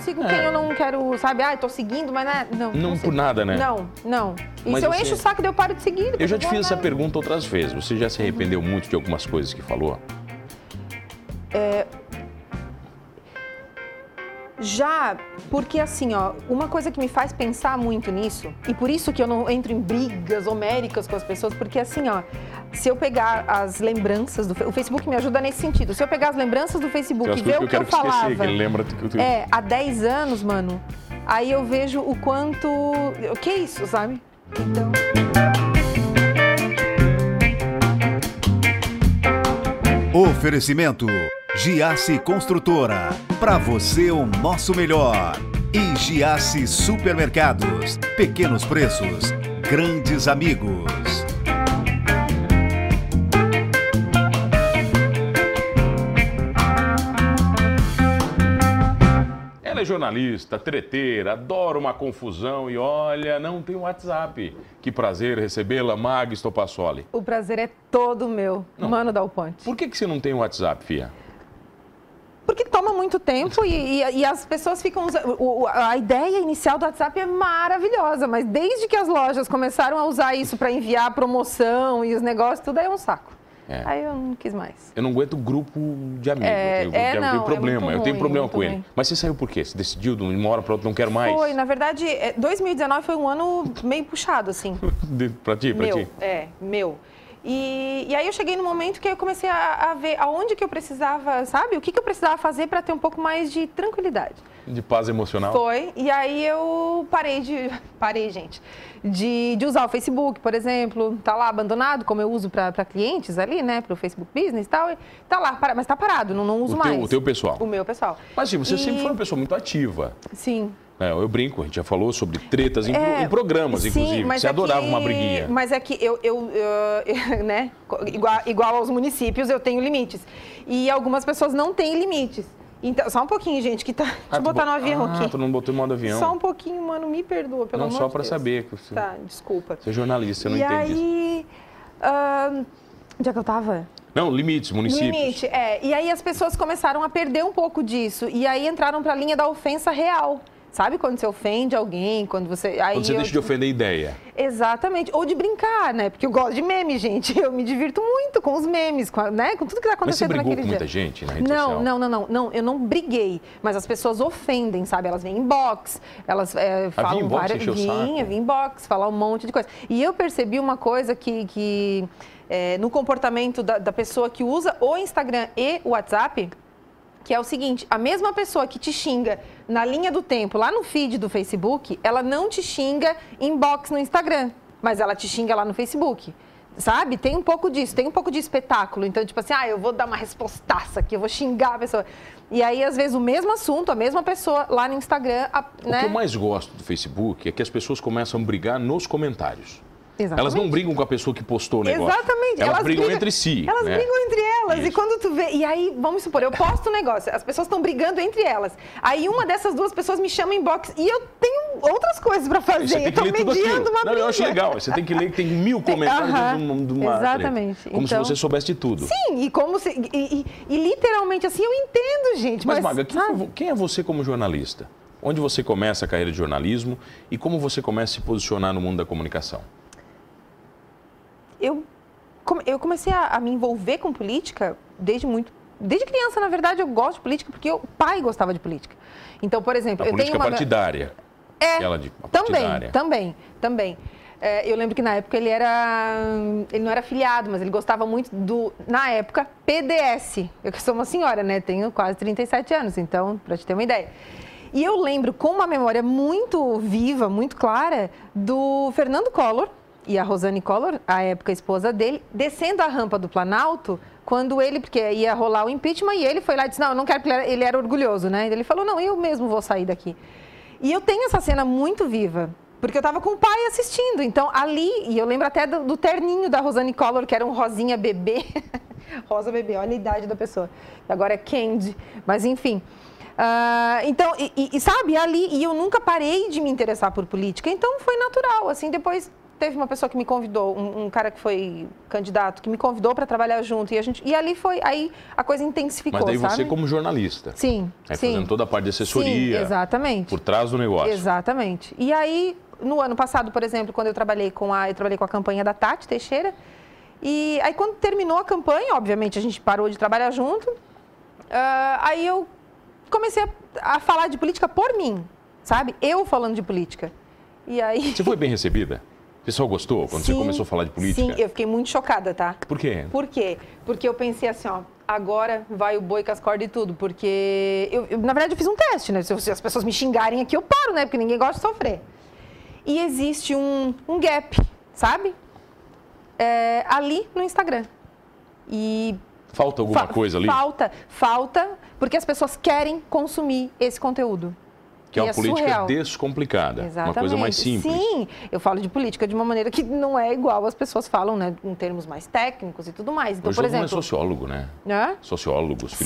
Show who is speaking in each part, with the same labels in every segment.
Speaker 1: sigo quem eu não quero, sabe? Ah, eu tô seguindo, mas né? não.
Speaker 2: É. Não
Speaker 1: sigo.
Speaker 2: por nada, né?
Speaker 1: Não, não. E
Speaker 2: Mas
Speaker 1: se eu
Speaker 2: você-
Speaker 1: encho o saco, daí eu paro de seguir.
Speaker 2: Eu
Speaker 1: depois
Speaker 2: já te
Speaker 1: vou
Speaker 2: fiz essa
Speaker 1: andando.
Speaker 2: pergunta outras vezes. Você já se arrependeu muito de algumas coisas que falou?
Speaker 1: Já, porque assim, ó, uma coisa que me faz pensar muito nisso, e por isso que eu não entro em brigas homéricas com as pessoas, porque assim, ó, se eu pegar as lembranças do Fe- o Facebook me ajuda nesse sentido. Se eu pegar as lembranças do Facebook
Speaker 2: Tem umas
Speaker 1: e ver
Speaker 2: coisas
Speaker 1: o que eu,
Speaker 2: quero que
Speaker 1: falava,
Speaker 2: esquecer, que ele lembra do que eu tenho.
Speaker 1: é, há 10 anos, mano, aí eu vejo o quanto, o que é isso, sabe? Então,
Speaker 3: Oferecimento Giasse Construtora. Para você o nosso melhor. E Giasse Supermercados. Pequenos preços, grandes amigos.
Speaker 2: Ela é jornalista, treteira, adora uma confusão e olha, não tem WhatsApp. Que prazer recebê-la, Mag Stopassoli.
Speaker 1: o prazer é todo meu, mano da Ponte.
Speaker 2: Por que, que você não tem WhatsApp, Fia?
Speaker 1: Porque toma muito tempo e, e- e as pessoas ficam usando. o- o- A ideia inicial do WhatsApp é maravilhosa, mas desde que as lojas começaram a usar isso para enviar promoção e os negócios, tudo aí é um saco.
Speaker 2: É.
Speaker 1: Aí eu não quis mais.
Speaker 2: Eu não aguento grupo de amigos.
Speaker 1: É,
Speaker 2: eu
Speaker 1: é,
Speaker 2: tenho, eu
Speaker 1: não,
Speaker 2: tenho
Speaker 1: é
Speaker 2: problema,
Speaker 1: muito
Speaker 2: eu tenho
Speaker 1: ruim,
Speaker 2: problema
Speaker 1: muito
Speaker 2: com ele.
Speaker 1: ruim.
Speaker 2: Mas você saiu por quê? Você decidiu de uma hora para outra, não quero mais?
Speaker 1: Foi, na verdade, é, 2019 foi um ano meio puxado, assim.
Speaker 2: De- Pra ti, pra
Speaker 1: meu,
Speaker 2: ti?
Speaker 1: é, meu. E, e aí eu cheguei no momento que eu comecei a, a ver aonde que eu precisava, sabe? O que, que eu precisava fazer para ter um pouco mais de tranquilidade.
Speaker 2: De paz emocional?
Speaker 1: Foi. E aí eu parei de. Parei, gente. De, de usar o Facebook, por exemplo. Tá lá abandonado, como eu uso para clientes ali, né? Para o Facebook Business e tal. e Tá lá, para- mas tá parado, não, não uso
Speaker 2: O teu-
Speaker 1: mais.
Speaker 2: o teu pessoal.
Speaker 1: O meu pessoal.
Speaker 2: Mas sim, você
Speaker 1: E-
Speaker 2: sempre foi uma pessoa muito ativa.
Speaker 1: Sim.
Speaker 2: né? eu brinco, a gente já falou sobre tretas em,
Speaker 1: É,
Speaker 2: em programas,
Speaker 1: sim,
Speaker 2: inclusive.
Speaker 1: mas
Speaker 2: Você
Speaker 1: é
Speaker 2: adorava
Speaker 1: que-
Speaker 2: uma briguinha.
Speaker 1: Mas é que eu, eu, eu, né, igual, igual aos municípios, eu tenho limites. E algumas pessoas não têm limites. Então, só um pouquinho, gente, que tá. Deixa
Speaker 2: Ah,
Speaker 1: eu
Speaker 2: tu
Speaker 1: botar
Speaker 2: bo-
Speaker 1: no avião
Speaker 2: ah,
Speaker 1: aqui.
Speaker 2: tu não botou em modo avião.
Speaker 1: Só um pouquinho, mano, me perdoa, pelo
Speaker 2: Não,
Speaker 1: amor
Speaker 2: só
Speaker 1: de
Speaker 2: pra
Speaker 1: Deus.
Speaker 2: saber que você-
Speaker 1: Tá, desculpa.
Speaker 2: Você é jornalista, eu não
Speaker 1: e
Speaker 2: entendo isso.
Speaker 1: aí. ahn, onde é que eu tava?
Speaker 2: Não, limites, municípios.
Speaker 1: Limite, é. E aí as pessoas começaram a perder um pouco disso. E aí entraram pra linha da ofensa real. Sabe quando você ofende alguém, quando você. Aí
Speaker 2: Quando você
Speaker 1: eu-
Speaker 2: deixa de ofender ideia.
Speaker 1: Exatamente. Ou de brincar, né? Porque eu gosto de meme, gente. Eu me divirto muito com os memes, com, a- né? com tudo que tá
Speaker 2: Mas você
Speaker 1: acontecendo
Speaker 2: brigou
Speaker 1: naquele
Speaker 2: com
Speaker 1: dia.
Speaker 2: muita gente na rede social?
Speaker 1: Não, não, não, não, não, eu não briguei, mas as pessoas ofendem, sabe? Elas vêm em box, elas
Speaker 2: Ah,
Speaker 1: é, falam
Speaker 2: inbox,
Speaker 1: várias.
Speaker 2: encher o saco?
Speaker 1: Vinha, vinha em box, falar um monte de coisa. E eu percebi uma coisa que, que é, no comportamento da, da pessoa que usa o Instagram e o WhatsApp, que é o seguinte: a mesma pessoa que te xinga na linha do tempo, lá no feed do Facebook, ela não te xinga em box no Instagram, mas ela te xinga lá no Facebook. Sabe? Tem um pouco disso, tem um pouco de espetáculo. Então, tipo assim, ah, eu vou dar uma respostaça aqui, eu vou xingar a pessoa. E aí, às vezes, o mesmo assunto, a mesma pessoa lá no Instagram, a-
Speaker 2: O que eu
Speaker 1: né?
Speaker 2: mais gosto do Facebook é que as pessoas começam a brigar nos comentários.
Speaker 1: Exatamente.
Speaker 2: Elas não brigam com a pessoa que postou o negócio.
Speaker 1: Exatamente.
Speaker 2: Elas, brigam, entre si.
Speaker 1: Elas
Speaker 2: né?
Speaker 1: brigam entre elas. E
Speaker 2: Isso.
Speaker 1: quando tu vê. E aí, vamos supor, eu posto um negócio, as pessoas estão brigando entre elas. Aí uma dessas duas pessoas me chama em box e eu tenho outras coisas pra fazer.
Speaker 2: Você tem
Speaker 1: eu
Speaker 2: que
Speaker 1: tô
Speaker 2: ler tudo
Speaker 1: mediando
Speaker 2: é
Speaker 1: uma
Speaker 2: aquilo. não,
Speaker 1: briga.
Speaker 2: eu acho legal. Você tem que ler que tem mil comentários
Speaker 1: Aham.
Speaker 2: de um- de uma treta.
Speaker 1: Exatamente.
Speaker 2: Como
Speaker 1: Então-
Speaker 2: se você soubesse de tudo.
Speaker 1: Sim, e como se. E, e- e literalmente assim, eu entendo, gente.
Speaker 2: Mas,
Speaker 1: Mas,
Speaker 2: Maga, quem,
Speaker 1: sabe?
Speaker 2: foi vo- quem é você como jornalista? Onde você começa a carreira de jornalismo e como você começa a se posicionar no mundo da comunicação?
Speaker 1: eu, come- eu comecei a, a me envolver com política desde muito. Desde criança, na verdade, eu gosto de política porque o pai gostava de política. Então, por exemplo,
Speaker 2: A
Speaker 1: eu tenho
Speaker 2: política
Speaker 1: uma.
Speaker 2: partidária.
Speaker 1: É,
Speaker 2: Aquela de a
Speaker 1: Também,
Speaker 2: partidária.
Speaker 1: também, também. É, eu lembro que na época ele era. Ele não era filiado, mas ele gostava muito do, na época, PDS. Eu que sou uma senhora, né? Tenho quase 37 anos, então, pra te ter uma ideia. E eu lembro com uma memória muito viva, muito clara, do Fernando Collor e a Rosane Collor, a época esposa dele, descendo a rampa do Planalto, quando ele, porque ia rolar o impeachment, e ele foi lá e disse: Não, eu não quero, porque ele era- ele era orgulhoso, né? Ele falou: Não, eu mesmo vou sair daqui. E eu tenho essa cena muito viva. Porque eu tava com o pai assistindo. Então, ali, e eu lembro até do, do terninho da Rosane Collor, que era um rosinha bebê. Rosa bebê, olha a idade da pessoa. E Agora é Candy. Mas, enfim. Ah, então, e, e- e sabe, ali, e eu nunca parei de me interessar por política. Então, foi natural. Assim, depois teve uma pessoa que me convidou, um, um cara que foi candidato, que me convidou para trabalhar junto. E, a gente, e ali foi, aí a coisa intensificou,
Speaker 2: Mas daí
Speaker 1: sabe?
Speaker 2: você, como jornalista,
Speaker 1: Sim,
Speaker 2: aí
Speaker 1: sim.
Speaker 2: fazendo toda a parte de assessoria,
Speaker 1: Sim, exatamente.
Speaker 2: por trás do negócio.
Speaker 1: Exatamente. E aí, no ano passado, por exemplo, quando eu trabalhei com a, eu trabalhei com a campanha da Tati Teixeira, e aí quando terminou a campanha, obviamente a gente parou de trabalhar junto, ah, aí eu comecei a, a falar de política por mim, sabe? Eu falando de política. E aí...
Speaker 2: Você foi bem recebida? O pessoal gostou quando você
Speaker 1: Sim,
Speaker 2: começou a falar de
Speaker 1: Sim,
Speaker 2: política?
Speaker 1: eu fiquei muito chocada, tá?
Speaker 2: Por quê?
Speaker 1: Por quê? Porque eu pensei assim, ó, agora vai o boi com as cordas e tudo, porque eu, eu, na verdade eu fiz um teste, né? Se, eu- se as pessoas me xingarem aqui, eu paro, né? Porque ninguém gosta de sofrer. E existe um, um gap, sabe? É, ali no Instagram. E
Speaker 2: Falta alguma
Speaker 1: fa-
Speaker 2: coisa ali?
Speaker 1: falta, falta, porque as pessoas querem consumir esse conteúdo.
Speaker 2: Que é
Speaker 1: E
Speaker 2: uma política
Speaker 1: surreal.
Speaker 2: descomplicada.
Speaker 1: Exatamente.
Speaker 2: É, Uma coisa mais simples.
Speaker 1: Sim, então, eu falo de política de uma maneira que não é igual as pessoas falam, né? Em termos mais técnicos e tudo mais. Então,
Speaker 2: Hoje
Speaker 1: por
Speaker 2: todo mundo é
Speaker 1: exemplo.
Speaker 2: sociólogo, né?
Speaker 1: né?
Speaker 2: Sociólogos,
Speaker 1: Sim,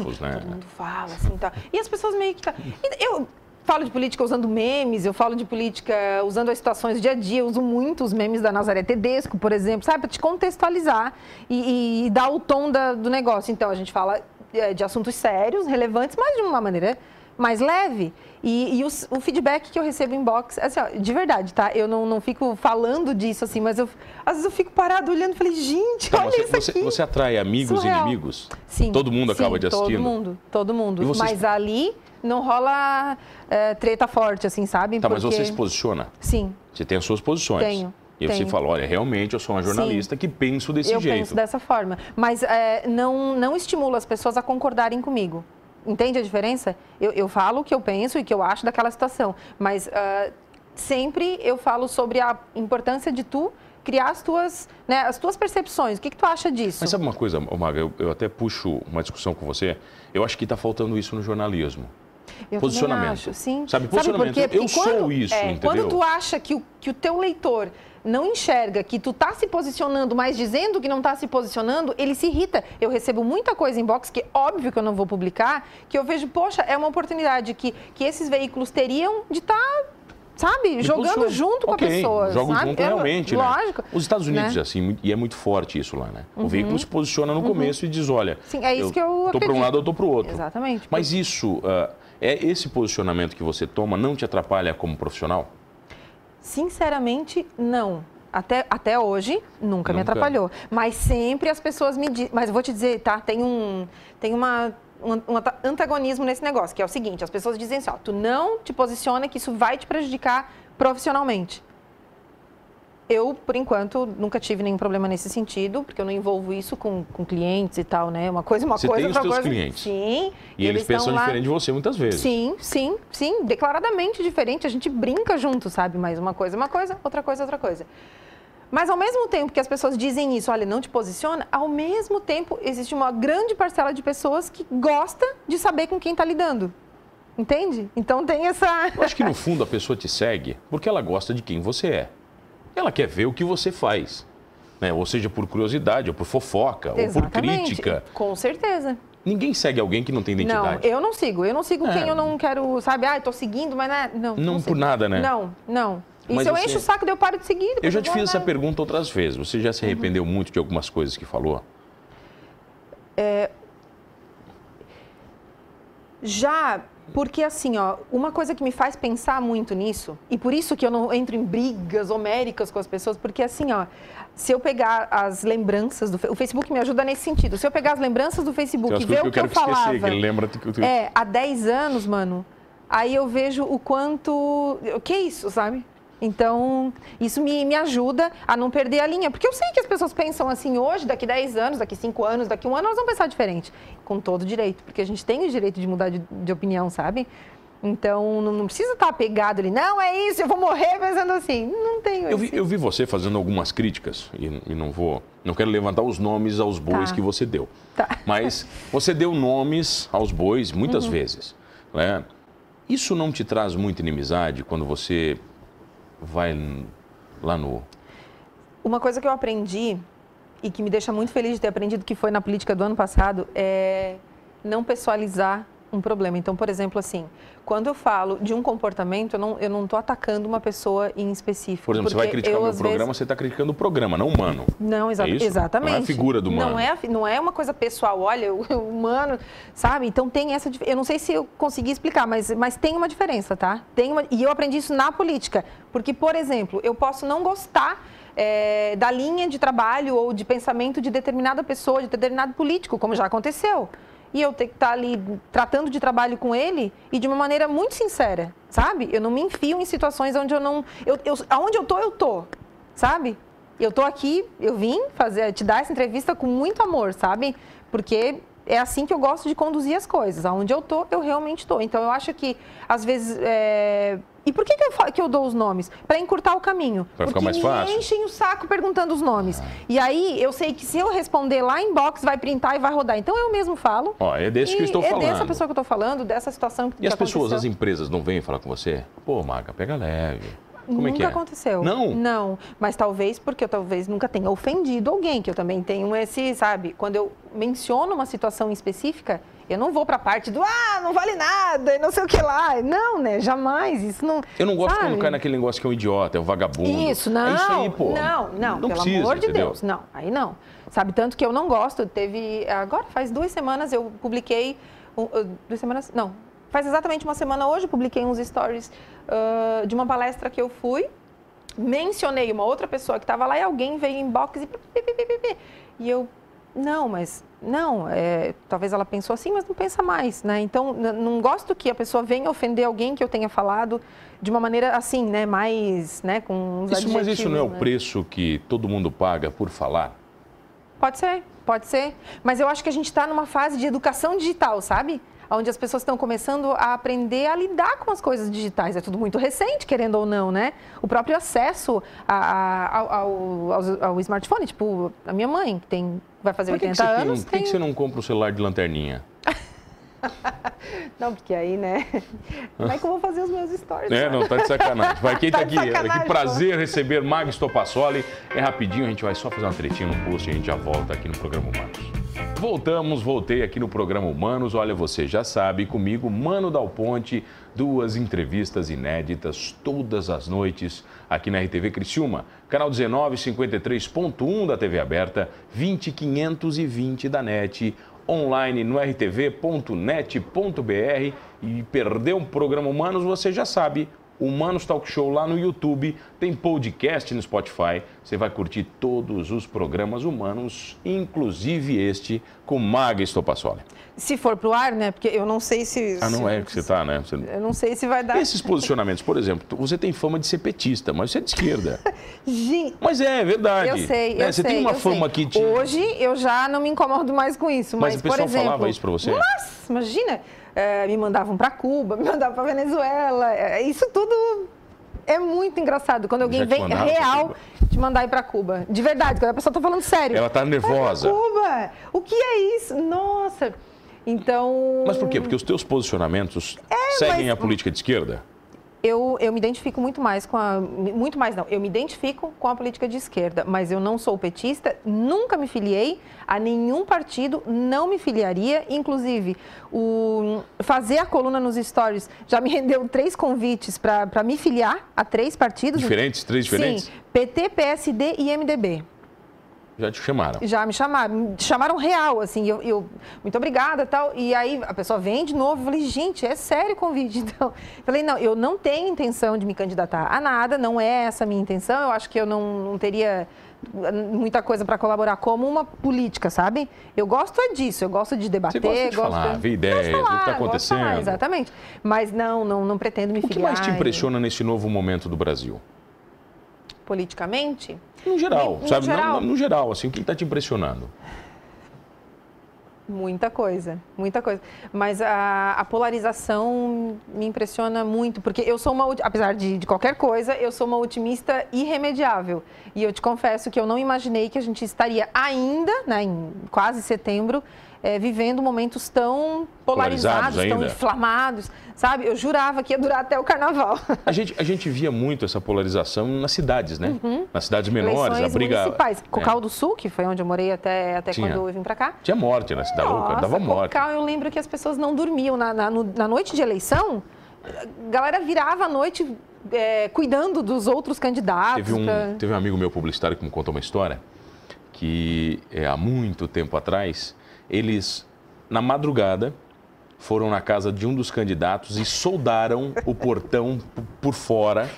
Speaker 2: filósofos, né?
Speaker 1: todo mundo fala assim, tá. E as pessoas meio que tá. E Eu falo de política usando memes, eu falo de política usando as situações do dia a dia, eu uso muito os memes da Nazaré Tedesco, por exemplo, sabe, para te contextualizar e, e dar o tom da- do negócio. Então a gente fala é, de assuntos sérios, relevantes, mas de uma maneira mais leve. E, e os- o, feedback que eu recebo em box, assim, ó, de verdade, tá? Eu não, não fico falando disso assim, mas eu, às vezes eu fico parado olhando e falei, gente,
Speaker 2: Então,
Speaker 1: olha
Speaker 2: você,
Speaker 1: isso aqui.
Speaker 2: você- você atrai amigos e
Speaker 1: Surreal.
Speaker 2: inimigos?
Speaker 1: Sim.
Speaker 2: Todo mundo
Speaker 1: sim,
Speaker 2: acaba de assistindo?
Speaker 1: Todo mundo, todo mundo.
Speaker 2: E vocês-
Speaker 1: Mas ali não rola é, treta forte, assim, sabe?
Speaker 2: Tá, mas
Speaker 1: Porque-
Speaker 2: você se posiciona.
Speaker 1: Sim.
Speaker 2: Você tem as suas posições.
Speaker 1: Tenho,
Speaker 2: E aí você
Speaker 1: tenho.
Speaker 2: fala, olha, realmente eu sou uma jornalista que penso desse
Speaker 1: eu
Speaker 2: jeito.
Speaker 1: penso dessa forma. Mas é, não, não estimulo as pessoas a concordarem comigo. Entende a diferença? Eu, eu falo o que eu penso e o que eu acho daquela situação. Mas ah, sempre eu falo sobre a importância de tu criar as tuas, né, as tuas percepções. O que, que tu acha disso?
Speaker 2: Mas sabe uma coisa, ô Maga, eu, eu até puxo uma discussão com você. Eu acho que está faltando isso no jornalismo.
Speaker 1: Eu
Speaker 2: Posicionamento.
Speaker 1: também acho, sim.
Speaker 2: Sabe, posicionamento. Eu sou isso,
Speaker 1: é,
Speaker 2: entendeu?
Speaker 1: Quando tu acha que o, que o teu leitor não enxerga que tu tá se posicionando, mas dizendo que não tá se posicionando, ele se irrita. Eu recebo muita coisa em box que óbvio que eu não vou publicar, que eu vejo, poxa, é uma oportunidade que, que esses veículos teriam de estar, sabe, jogando
Speaker 2: posiciono.
Speaker 1: junto com a
Speaker 2: Ok,
Speaker 1: pessoa.
Speaker 2: Jogam
Speaker 1: sabe?
Speaker 2: junto
Speaker 1: Eu-
Speaker 2: realmente, né?
Speaker 1: Lógico.
Speaker 2: Os Estados Unidos,
Speaker 1: né? Uhum.
Speaker 2: é assim, e é muito forte isso lá, né? O veículo se posiciona no começo e diz, olha,
Speaker 1: Sim, é isso que eu
Speaker 2: tô para um
Speaker 1: acredito.
Speaker 2: lado, eu tô para o outro.
Speaker 1: Exatamente.
Speaker 2: Mas isso, ah, é esse posicionamento que você toma não te atrapalha como profissional?
Speaker 1: Sinceramente, não. Até, até hoje, nunca, me
Speaker 2: Nunca.
Speaker 1: atrapalhou. Mas sempre as pessoas me dizem. Mas eu vou te dizer, tá? Tem um. Tem uma. Um um anta- antagonismo nesse negócio, que é o seguinte: as pessoas dizem assim, ó, tu não te posiciona que isso vai te prejudicar profissionalmente. Eu, por enquanto, nunca tive nenhum problema nesse sentido, porque eu não envolvo isso com, com clientes e tal, né? Uma coisa, uma
Speaker 2: Você
Speaker 1: coisa,
Speaker 2: tem os
Speaker 1: outra
Speaker 2: teus
Speaker 1: coisa.
Speaker 2: clientes.
Speaker 1: Sim.
Speaker 2: E eles,
Speaker 1: estão
Speaker 2: pensam
Speaker 1: lá-
Speaker 2: diferente de você muitas vezes.
Speaker 1: Sim, sim, sim, declaradamente diferente. A gente brinca junto, sabe? Mas uma coisa é uma coisa, outra coisa é outra coisa. Mas ao mesmo tempo que as pessoas dizem isso, olha, não te posiciona, ao mesmo tempo existe uma grande parcela de pessoas que gosta de saber com quem está lidando. Entende? Então tem essa.
Speaker 2: Eu acho que no fundo a pessoa te segue porque ela gosta de quem você é. Ela quer ver o que você faz. Né? Ou seja, por curiosidade, ou por fofoca, ou por crítica.
Speaker 1: Com certeza.
Speaker 2: Ninguém segue alguém que não tem
Speaker 1: Não,
Speaker 2: identidade.
Speaker 1: eu não sigo. Eu não sigo
Speaker 2: É.
Speaker 1: quem eu não quero, sabe? Ah, eu tô seguindo, mas né? não.
Speaker 2: Não
Speaker 1: sigo.
Speaker 2: por nada, né?
Speaker 1: Não, não. E
Speaker 2: Mas
Speaker 1: se eu
Speaker 2: você-
Speaker 1: encho o saco, daí eu paro de seguir.
Speaker 2: Eu
Speaker 1: depois
Speaker 2: já te
Speaker 1: vou
Speaker 2: fiz essa
Speaker 1: andando.
Speaker 2: pergunta outras vezes. Você já se
Speaker 1: Uhum.
Speaker 2: arrependeu muito de algumas coisas que falou?
Speaker 1: Já, porque assim, ó, uma coisa que me faz pensar muito nisso, e por isso que eu não entro em brigas homéricas com as pessoas, porque assim, ó, se eu pegar as lembranças do Fe- o Facebook me ajuda nesse sentido. Se eu pegar as lembranças do Facebook
Speaker 2: Tem
Speaker 1: e
Speaker 2: umas
Speaker 1: ver
Speaker 2: coisas Então,
Speaker 1: o
Speaker 2: que eu
Speaker 1: que eu,
Speaker 2: quero que
Speaker 1: falava.
Speaker 2: esquecer, que ele lembra que eu-
Speaker 1: É, há 10 anos, mano, aí eu vejo o quanto. O que é isso, sabe? Então, isso me, me ajuda a não perder a linha. Porque eu sei que as pessoas pensam assim hoje, daqui 10 anos, daqui 5 anos, daqui um ano, elas vão pensar diferente. Com todo direito, porque a gente tem o direito de mudar de, de opinião, sabe? Então, não, não precisa estar apegado ali, não, é isso, eu vou morrer pensando assim. Não tenho
Speaker 2: Eu
Speaker 1: esse-
Speaker 2: vi, eu vi você fazendo algumas críticas e, e não vou, não quero levantar os nomes aos bois
Speaker 1: Tá.
Speaker 2: que você deu.
Speaker 1: Tá. Uhum.
Speaker 2: Mas você deu nomes aos bois muitas vezes, né? Isso não te traz muita inimizade quando você vai n- lá no
Speaker 1: Uma coisa que eu aprendi e que me deixa muito feliz de ter aprendido que foi na política do ano passado é não pessoalizar um problema. Então, por exemplo, assim, quando eu falo de um comportamento, eu não, eu não tô atacando uma pessoa em específico.
Speaker 2: Por exemplo, você vai
Speaker 1: porque
Speaker 2: criticar
Speaker 1: eu,
Speaker 2: o meu
Speaker 1: às
Speaker 2: programa,
Speaker 1: vezes-
Speaker 2: você está criticando o programa, não o humano.
Speaker 1: Não, exa
Speaker 2: É isso?
Speaker 1: exatamente.
Speaker 2: Não é a figura do humano.
Speaker 1: Não é, a fi- não é uma coisa pessoal, olha, o o humano, sabe? Então tem essa. dif- Eu não sei se eu consegui explicar, mas, mas tem uma diferença, tá? Tem uma, e eu aprendi isso na política. Porque, por exemplo, eu posso não gostar. eh, da linha de trabalho ou de pensamento de determinada pessoa, de determinado político, como já aconteceu. E eu ter que estar ali tratando de trabalho com ele e de uma maneira muito sincera, sabe? Eu não me enfio em situações onde eu não. Eu, eu, aonde eu tô, eu tô, sabe? eu tô aqui, eu vim fazer, te dar essa entrevista com muito amor, sabe? Porque é assim que eu gosto de conduzir as coisas. Aonde eu tô, eu realmente tô. Então eu acho que, às vezes. é, E por que, que, eu, fa- que eu dou os nomes? Para encurtar o caminho.
Speaker 2: Pra
Speaker 1: Porque
Speaker 2: ficar mais
Speaker 1: me
Speaker 2: fácil. Ah.
Speaker 1: enchem o saco perguntando os nomes. E aí eu sei que se eu responder lá em box, vai printar e vai rodar. Então eu mesmo falo.
Speaker 2: Ó, é desse que
Speaker 1: E
Speaker 2: eu estou
Speaker 1: é
Speaker 2: falando.
Speaker 1: dessa pessoa que eu tô falando, dessa situação que
Speaker 2: E as
Speaker 1: que
Speaker 2: pessoas, as
Speaker 1: aconteceu.
Speaker 2: empresas, não vêm falar com você? Pô, Maga, pega leve. Como
Speaker 1: nunca
Speaker 2: é que é?
Speaker 1: aconteceu.
Speaker 2: Não?
Speaker 1: Não. Mas talvez porque eu talvez nunca tenha ofendido alguém, que eu também tenho esse, sabe? Quando eu menciono uma situação específica, eu não vou pra parte do, ah, não vale nada, e não sei o que lá. Não, né? Jamais. Isso não.
Speaker 2: Eu não gosto
Speaker 1: sabe?
Speaker 2: quando cai naquele negócio que é um idiota, é um vagabundo.
Speaker 1: Isso, não.
Speaker 2: É isso aí, pô.
Speaker 1: Não, não, pelo
Speaker 2: precisa,
Speaker 1: amor de
Speaker 2: entendeu?
Speaker 1: Deus. Não, aí não. Sabe, tanto que eu não gosto. Teve. Agora, faz duas semanas eu publiquei. um, uh, duas semanas? Não. Faz exatamente uma semana hoje, eu publiquei uns stories uh, de uma palestra que eu fui. Mencionei uma outra pessoa que estava lá e alguém veio em box e. pi, pi, pi, pi, pi, pi. E eu. Não, mas. Não, é, talvez ela pensou assim, mas não pensa mais, né? Então, n- não gosto que a pessoa venha ofender alguém que eu tenha falado de uma maneira assim, né? Mais, né? Com uns
Speaker 2: Isso, mas isso
Speaker 1: adjetivos,
Speaker 2: não é o
Speaker 1: né?
Speaker 2: preço que todo mundo paga por falar?
Speaker 1: Pode ser, pode ser. Mas eu acho que a gente está numa fase de educação digital, sabe? Onde as pessoas estão começando a aprender a lidar com as coisas digitais. É tudo muito recente, querendo ou não, né? O próprio acesso a- a- ao, ao- aos- ao smartphone, tipo, a minha mãe, que tem, vai fazer
Speaker 2: Por que, que
Speaker 1: 80
Speaker 2: você tem um-
Speaker 1: anos,
Speaker 2: por que, que você não compra o celular de lanterninha?
Speaker 1: Não, porque aí, né? Como é que eu vou fazer os meus stories?
Speaker 2: É, não, tá de sacanagem. Vai, quem tá,
Speaker 1: Tá de
Speaker 2: aqui?
Speaker 1: sacanagem,
Speaker 2: Que prazer receber Mag Stopassoli. É rapidinho, a gente vai só fazer uma tretinha no post e a gente já volta aqui no Programa Humanos. Voltamos, voltei aqui no Programa Humanos. Olha, você já sabe, comigo, Mano Dal Ponte, duas entrevistas inéditas todas as noites aqui na RTV Criciúma. Canal 1953.1 da TV Aberta, 20520 da NET, online no rtv.net.br e perdeu um programa Humanos, você já sabe. Humanos Talk Show lá no YouTube, tem podcast no Spotify. Você vai curtir todos os programas humanos, inclusive este com Maga Estopassoli.
Speaker 1: Se for pro ar, né? Porque eu não sei se.
Speaker 2: Ah, não
Speaker 1: se-
Speaker 2: é que você tá, né? Você-
Speaker 1: Eu não sei se vai dar.
Speaker 2: Esses posicionamentos, por exemplo, você tem fama de ser petista, mas você é de esquerda.
Speaker 1: Gente,
Speaker 2: Mas é, é verdade.
Speaker 1: Eu sei,
Speaker 2: né?
Speaker 1: eu
Speaker 2: Você
Speaker 1: sei.
Speaker 2: tem uma
Speaker 1: eu
Speaker 2: fama
Speaker 1: sei.
Speaker 2: aqui de.
Speaker 1: Hoje eu já não me incomodo mais com isso.
Speaker 2: Mas
Speaker 1: Mas,
Speaker 2: o pessoal
Speaker 1: por exemplo,
Speaker 2: falava isso pra você?
Speaker 1: Mas, imagina, eh, me mandavam pra Cuba, me mandavam pra Venezuela. eh, isso tudo é muito engraçado. Quando alguém
Speaker 2: Já te
Speaker 1: vem é
Speaker 2: mandaram pra
Speaker 1: real
Speaker 2: Cuba?
Speaker 1: te mandar ir pra Cuba. De verdade, quando a pessoa tá falando sério.
Speaker 2: Ela tá nervosa.
Speaker 1: Vai pra Cuba, o que é isso? Nossa. Então.
Speaker 2: Mas por quê? Porque os teus posicionamentos seguem
Speaker 1: É, mas-
Speaker 2: a política de esquerda?
Speaker 1: Eu, eu me identifico muito mais com a. Muito mais não. Eu me identifico com a política de esquerda, mas eu não sou petista, nunca me filiei a nenhum partido, não me filiaria. Inclusive, o, fazer a coluna nos stories já me rendeu três convites para me filiar a três partidos.
Speaker 2: Diferentes? Três diferentes?
Speaker 1: Uhum. Sim, PT, PSD e MDB.
Speaker 2: Já te chamaram.
Speaker 1: Já me chamaram, me chamaram real, assim, eu, eu, muito obrigada tal. E aí a pessoa vem de novo, eu falei, gente, é sério o convite. Então, eu falei, não, eu não tenho intenção de me candidatar a nada, não é essa a minha intenção, eu acho que eu não, não teria muita coisa para colaborar como uma política, sabe? Eu gosto é disso, eu gosto de debater,
Speaker 2: Você gosta de
Speaker 1: gosto
Speaker 2: falar, ver ideias,
Speaker 1: Gosto de
Speaker 2: do que está
Speaker 1: gosto de falar,
Speaker 2: acontecendo.
Speaker 1: exatamente. Mas não, não, não pretendo me
Speaker 2: O que mais te
Speaker 1: filiar,
Speaker 2: impressiona nesse novo momento do Brasil?
Speaker 1: Politicamente,
Speaker 2: No geral,
Speaker 1: No- no
Speaker 2: sabe? Não-
Speaker 1: geral?
Speaker 2: No, geral, assim, o que está te impressionando?
Speaker 1: Muita coisa, muita coisa. Mas a, a polarização me impressiona muito, porque eu sou uma, ot- apesar de, de qualquer coisa, eu sou uma otimista irremediável. E eu te confesso que eu não imaginei que a gente estaria ainda, né, em quase setembro, é, vivendo momentos tão polarizados,
Speaker 2: Polarizados
Speaker 1: tão
Speaker 2: ainda.
Speaker 1: inflamados, sabe? Eu jurava que ia durar até o carnaval.
Speaker 2: A gente, a gente via muito essa polarização nas cidades, né? Nas cidades menores,
Speaker 1: Uhum. Eleições
Speaker 2: a briga.
Speaker 1: municipais.
Speaker 2: É.
Speaker 1: Cocal do Sul, que foi onde eu morei até, até
Speaker 2: Tinha.
Speaker 1: quando eu vim pra cá.
Speaker 2: Tinha morte na cidade,
Speaker 1: Nossa,
Speaker 2: Tá dava morte.
Speaker 1: Cocal, eu lembro que as pessoas não dormiam. Na, na, no- na noite de eleição, a galera virava a noite é, cuidando dos outros candidatos.
Speaker 2: Teve
Speaker 1: pra-
Speaker 2: um, teve um amigo meu publicitário que me contou uma história que é, há muito tempo atrás, eles, na madrugada, foram na casa de um dos candidatos e soldaram o portão p- por fora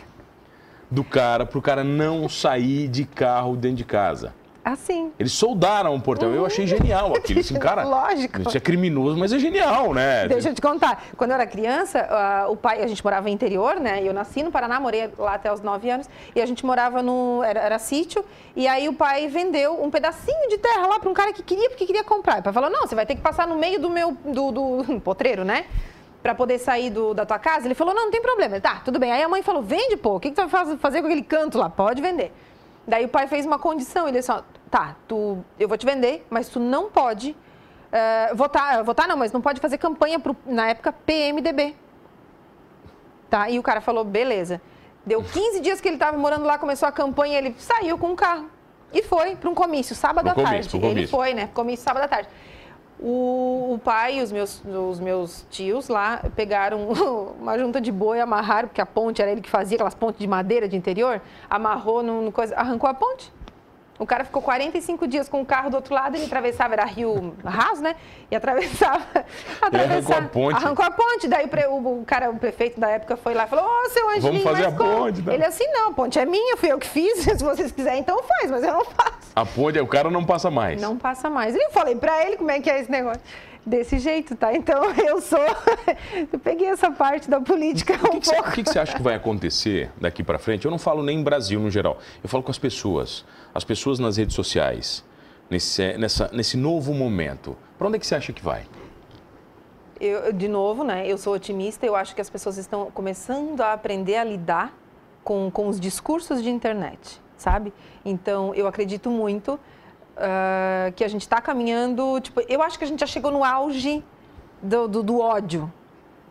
Speaker 2: do cara, para o cara não sair de carro dentro de casa.
Speaker 1: Assim.
Speaker 2: Eles soldaram o portão. Eu achei genial aquilo. Assim, cara,
Speaker 1: Lógico.
Speaker 2: isso é criminoso, mas é genial, né?
Speaker 1: Deixa eu te contar. Quando eu era criança, ah, o pai, a gente morava no interior, né? Eu nasci no Paraná, morei lá até os 9 anos. E a gente morava no. Era, era sítio. E aí o pai vendeu um pedacinho de terra lá para um cara que queria, porque queria comprar. E o pai falou: não, você vai ter que passar no meio do meu. do, do potreiro, né? Pra poder sair do- da tua casa. Ele falou: não, não tem problema. Ele, tá, tudo bem. Aí a mãe falou: vende, pô. O que, que tu vai faz- fazer com aquele canto lá? Pode vender. Daí o pai fez uma condição. Ele disse: ó, tá, tu, eu vou te vender, mas tu não pode. É, votar, votar não, mas não pode fazer campanha pro, na época PMDB. Tá? E o cara falou, beleza. Deu 15 dias que ele estava morando lá, começou a campanha, ele saiu com um carro. E foi para um comício, sábado
Speaker 2: Pro
Speaker 1: à
Speaker 2: comício,
Speaker 1: tarde.
Speaker 2: pro
Speaker 1: Ele
Speaker 2: comício.
Speaker 1: foi, né? Comício sábado à tarde. O, o pai e os meus, os meus tios lá pegaram uma junta de boi, amarraram, porque a ponte era ele que fazia, aquelas pontes de madeira de interior, amarrou num, num coisa, arrancou a ponte. O cara ficou 45 dias com o carro do outro lado, ele atravessava, era rio raso, né? E atravessava. atravessava-
Speaker 2: a ponte.
Speaker 1: Arrancou a ponte. Daí o, pre- o cara, o prefeito da época foi lá e falou: Ô, seu Angelinho,
Speaker 2: fazer
Speaker 1: mas
Speaker 2: a
Speaker 1: como?"
Speaker 2: ponte, tá?
Speaker 1: Ele assim: não, a ponte é minha, fui eu que fiz. Se vocês quiserem, então faz, mas eu não faço.
Speaker 2: A ponte, o cara não passa mais.
Speaker 1: Não passa mais. E eu falei pra ele como é que é esse negócio. Desse jeito, tá? Então eu sou. eu peguei essa parte da política
Speaker 2: O
Speaker 1: um
Speaker 2: que, que, você,
Speaker 1: pouco.
Speaker 2: o que que você acha que vai acontecer daqui pra frente? Eu não falo nem Brasil no geral. Eu falo com as pessoas, as pessoas nas redes sociais, nesse, eh, nessa- nesse novo momento. Pra onde é que você acha que vai?
Speaker 1: Eu, eu, de novo, né? Eu sou otimista. Eu acho que as pessoas estão começando a aprender a lidar com, com os discursos de internet, sabe? Então, eu acredito muito ah, que a gente está caminhando. Tipo, eu acho que a gente já chegou no auge do, do, do ódio.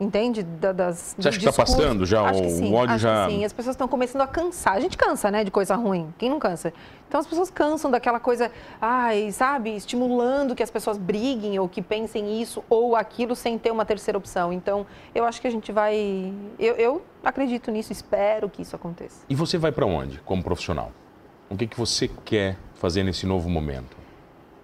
Speaker 1: Entende? Da- das,
Speaker 2: Você acha que tá
Speaker 1: discurso.
Speaker 2: passando já?
Speaker 1: Acho que
Speaker 2: O
Speaker 1: sim,
Speaker 2: ódio
Speaker 1: acho
Speaker 2: já-
Speaker 1: Que sim. As pessoas estão começando a cansar. A gente cansa, né, de coisa ruim. Quem não cansa? Então as pessoas cansam daquela coisa, ai, sabe, estimulando que as pessoas briguem ou que pensem isso ou aquilo sem ter uma terceira opção. Então eu acho que a gente vai. Eu, eu acredito nisso, espero que isso aconteça.
Speaker 2: E você vai pra onde como profissional? O que, que você quer fazer nesse novo momento?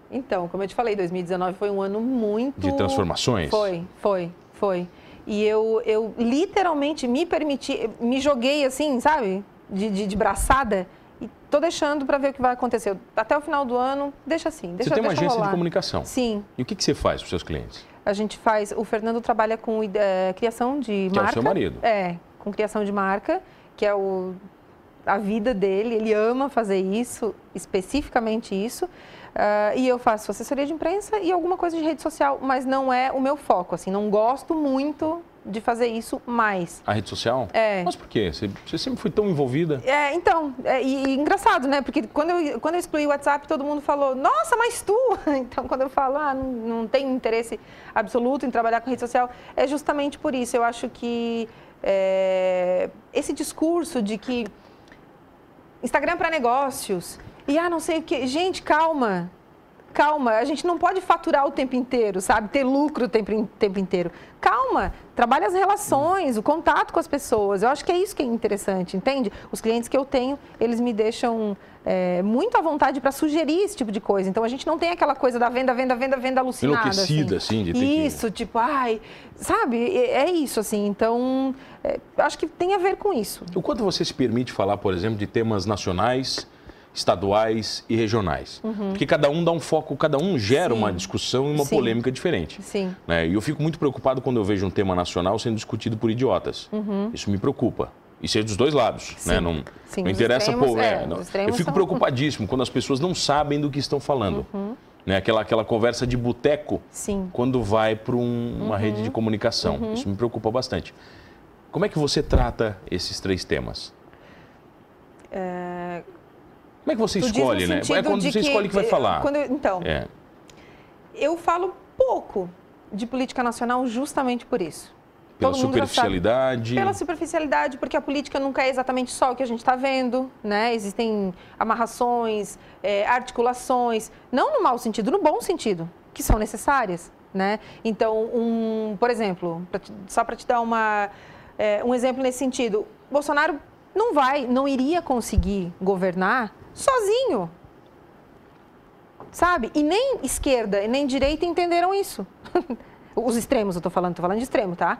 Speaker 1: Então, como eu te falei, 2019 foi um ano muito.
Speaker 2: De transformações?
Speaker 1: Foi, foi, foi. E eu, eu literalmente me permiti, me joguei assim, sabe? De, de, de braçada. E tô deixando pra ver o que vai acontecer. Até o final do ano, deixa assim. Deixa,
Speaker 2: você tem uma
Speaker 1: deixa
Speaker 2: agência
Speaker 1: rolar.
Speaker 2: de comunicação.
Speaker 1: Sim,
Speaker 2: E o que, que você faz para seus clientes?
Speaker 1: a gente faz. O Fernando trabalha com eh, criação de
Speaker 2: Que é o
Speaker 1: marca.
Speaker 2: seu marido.
Speaker 1: É, com criação de marca, que é o, a vida dele. Ele ama fazer isso, especificamente isso. Ah, e eu faço assessoria de imprensa e alguma coisa de rede social, mas não é o meu foco. Assim, não gosto muito de fazer isso mais.
Speaker 2: A rede social?
Speaker 1: É.
Speaker 2: Mas por quê? Você, você sempre foi tão envolvida.
Speaker 1: É, então, é, e, e engraçado, né? Porque quando eu, quando eu excluí o WhatsApp, todo mundo falou, nossa, mas tu! Então, quando eu falo, ah, não, não tenho interesse absoluto em trabalhar com rede social, é justamente por isso. Eu acho que é, esse discurso de que Instagram para negócios e, ah, não sei o quê. Gente, calma. Calma, a gente não pode faturar o tempo inteiro, sabe? Ter lucro o tempo, in- tempo inteiro. Calma, trabalha as relações, o contato com as pessoas. Eu acho que é isso que é interessante, entende? Os clientes que eu tenho, eles me deixam é, muito à vontade para sugerir esse tipo de coisa. Então a gente não tem aquela coisa da venda, venda, venda, venda alucinada.
Speaker 2: Enlouquecida, assim, de ter que-
Speaker 1: Isso, tipo, ai, sabe? É é isso, assim. Então, é, acho que tem a ver com isso.
Speaker 2: O quanto você se permite falar, por exemplo, de temas nacionais, estaduais e regionais? Porque cada um dá um foco, cada um gera
Speaker 1: Uhum. Sim.
Speaker 2: uma discussão e uma
Speaker 1: Sim.
Speaker 2: polêmica diferente.
Speaker 1: Sim.
Speaker 2: né? E eu fico muito preocupado quando eu vejo um tema nacional sendo discutido por idiotas. Isso me preocupa. Isso é dos dois lados,
Speaker 1: Uhum. Sim.
Speaker 2: né? Não,
Speaker 1: Sim,
Speaker 2: não
Speaker 1: os
Speaker 2: interessa, pô,
Speaker 1: extremos,
Speaker 2: é,
Speaker 1: é,
Speaker 2: não-
Speaker 1: os
Speaker 2: Eu
Speaker 1: extremos
Speaker 2: fico
Speaker 1: são-
Speaker 2: preocupadíssimo quando as pessoas não sabem do que estão falando.
Speaker 1: Uhum.
Speaker 2: Né? Aquela, aquela conversa de boteco
Speaker 1: Sim.
Speaker 2: quando vai para
Speaker 1: Uhum.
Speaker 2: uma rede de comunicação. Isso me preocupa bastante. Como é que você trata esses três temas? Como é que você
Speaker 1: Tu diz no
Speaker 2: escolhe, né? É
Speaker 1: sentido
Speaker 2: né? quando
Speaker 1: de
Speaker 2: você escolhe o que vai
Speaker 1: eh,
Speaker 2: falar.
Speaker 1: quando eu- então,
Speaker 2: É.
Speaker 1: eu falo pouco de política nacional justamente por isso.
Speaker 2: Pela
Speaker 1: Todo mundo já sabe.
Speaker 2: superficialidade.
Speaker 1: Pela superficialidade, porque a política nunca é exatamente só o que a gente está vendo, né? Existem amarrações, eh, articulações, não no mau sentido, no bom sentido, que são necessárias, né? Então, um, por exemplo, pra te- só para te dar uma, eh, um exemplo nesse sentido, Bolsonaro não vai, não iria conseguir governar sozinho, sabe? E nem esquerda e nem direita entenderam isso. Os extremos, eu tô falando, tô falando de extremo, tá?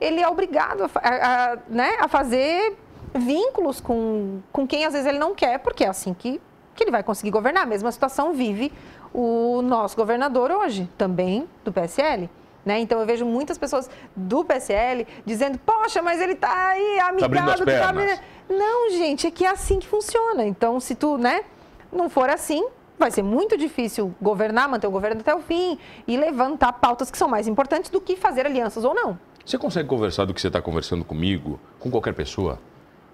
Speaker 1: Ele é obrigado a, fa- a- a, né, a fazer vínculos com, com quem às vezes ele não quer, porque é assim que, que ele vai conseguir governar. A mesma situação vive o nosso governador hoje, também do PSL. Né? Então eu vejo muitas pessoas do PSL dizendo, poxa, mas ele tá aí
Speaker 2: abrindo as
Speaker 1: amigado, que tá
Speaker 2: pernas.
Speaker 1: abrindo- não, gente, é que é assim que funciona. Então, se tu, né, não for assim, vai ser muito difícil governar, manter o governo até o fim e levantar pautas que são mais importantes do que fazer alianças ou não.
Speaker 2: Você consegue conversar do que você está conversando comigo, com qualquer pessoa?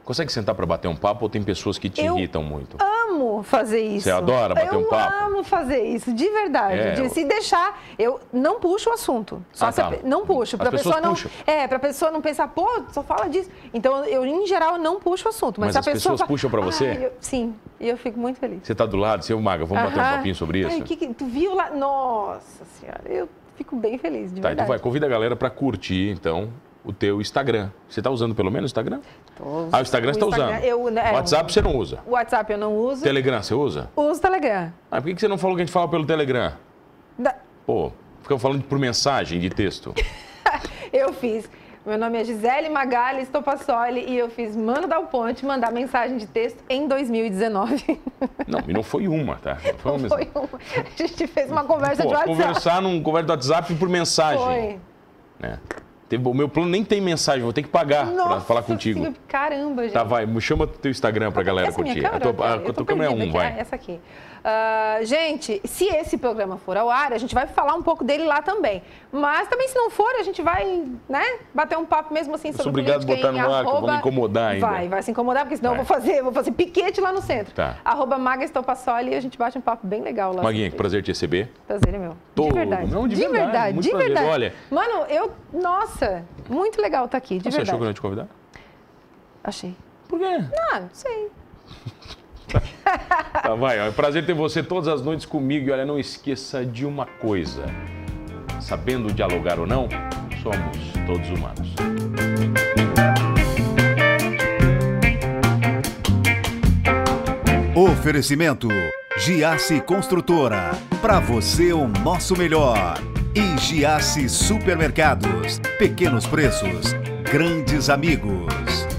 Speaker 2: Consegue sentar para bater um papo ou tem pessoas que te
Speaker 1: Eu
Speaker 2: irritam muito?
Speaker 1: Amo fazer isso.
Speaker 2: Você adora bater
Speaker 1: eu
Speaker 2: um papo?
Speaker 1: amo fazer isso, de verdade.
Speaker 2: É,
Speaker 1: de
Speaker 2: eu-
Speaker 1: se deixar, eu não puxo o assunto. Só
Speaker 2: Ah,
Speaker 1: se a
Speaker 2: tá.
Speaker 1: pe- não puxo,
Speaker 2: As
Speaker 1: pra
Speaker 2: pessoas
Speaker 1: pessoa não,
Speaker 2: puxam.
Speaker 1: é, pra pessoa não pensar, pô, só fala disso. Então eu em geral não puxo o assunto, mas,
Speaker 2: Mas
Speaker 1: se a
Speaker 2: as
Speaker 1: pessoa
Speaker 2: pessoas
Speaker 1: fala-
Speaker 2: puxam pra você?
Speaker 1: Ai, eu- sim, e eu fico muito feliz.
Speaker 2: Você está do lado, seu Maga, vamos bater um
Speaker 1: Aham.
Speaker 2: papinho sobre isso?
Speaker 1: Ai, que que- tu viu lá? Nossa senhora, eu fico bem feliz, de
Speaker 2: Tá, então
Speaker 1: verdade.
Speaker 2: vai, convida a galera para curtir, então, o teu Instagram. Você tá usando pelo menos o Instagram?
Speaker 1: Tô-
Speaker 2: Ah, o Instagram você tá usando.
Speaker 1: eu, né, é,
Speaker 2: WhatsApp você não usa.
Speaker 1: o WhatsApp eu não uso.
Speaker 2: Telegram você usa?
Speaker 1: Uso Telegram.
Speaker 2: Ah, por que que você não falou que a gente fala pelo Telegram?
Speaker 1: Da-
Speaker 2: Pô, ficamos falando por mensagem de texto.
Speaker 1: Eu fiz. Meu nome é Gisele Magalhães Topassoli e eu fiz Mano Dal Ponte mandar mensagem de texto em 2019.
Speaker 2: Não, e não foi uma, tá? Não foi uma
Speaker 1: Foi
Speaker 2: mensagem.
Speaker 1: uma... A gente fez uma conversa de
Speaker 2: Pô,
Speaker 1: WhatsApp.
Speaker 2: conversar num conversa do WhatsApp por mensagem.
Speaker 1: Foi.
Speaker 2: né? Teve- O meu plano nem tem mensagem, vou ter que pagar Ah, pra
Speaker 1: Nossa
Speaker 2: falar contigo.
Speaker 1: Senhora, Caramba, gente.
Speaker 2: Tá, vai, me chama o teu Instagram pra galera
Speaker 1: Essa é a minha
Speaker 2: curtir.
Speaker 1: câmera?
Speaker 2: a tua, a
Speaker 1: Eu tô
Speaker 2: tua câmera é
Speaker 1: perdida
Speaker 2: um,
Speaker 1: aqui. Ah,
Speaker 2: vai.
Speaker 1: Essa aqui. Ah, gente, se esse programa for ao ar, a gente vai falar um pouco dele lá também. Mas também se não for, a gente vai, né, bater um papo mesmo assim
Speaker 2: sou
Speaker 1: sobre
Speaker 2: obrigado a
Speaker 1: política
Speaker 2: botar
Speaker 1: em
Speaker 2: no ar, que eu vou
Speaker 1: arroba-
Speaker 2: me incomodar ainda.
Speaker 1: Vai, vai se incomodar, porque senão
Speaker 2: Vai.
Speaker 1: eu vou fazer, vou fazer piquete lá no centro.
Speaker 2: Tá.
Speaker 1: Arroba Maga Estopassoli e a gente bate um papo bem legal lá.
Speaker 2: Maguinha, que
Speaker 1: sobre
Speaker 2: prazer te receber.
Speaker 1: isso. Prazer é meu.
Speaker 2: Tô-
Speaker 1: De verdade.
Speaker 2: não, de
Speaker 1: de
Speaker 2: verdade,
Speaker 1: verdade.
Speaker 2: muito
Speaker 1: de
Speaker 2: prazer.
Speaker 1: verdade.
Speaker 2: Olha-
Speaker 1: Mano, eu. Nossa, muito legal estar aqui, de
Speaker 2: Você
Speaker 1: verdade.
Speaker 2: achou que eu não ia te convidar?
Speaker 1: Achei.
Speaker 2: Por quê?
Speaker 1: Ah, não sei.
Speaker 2: Tá, vai. ó. É um prazer ter você todas as noites comigo. E olha, não esqueça de uma coisa: sabendo dialogar ou não, somos todos humanos.
Speaker 3: Oferecimento Giasse Construtora. Para você o nosso melhor. E Giasse Supermercados. Pequenos preços, grandes amigos.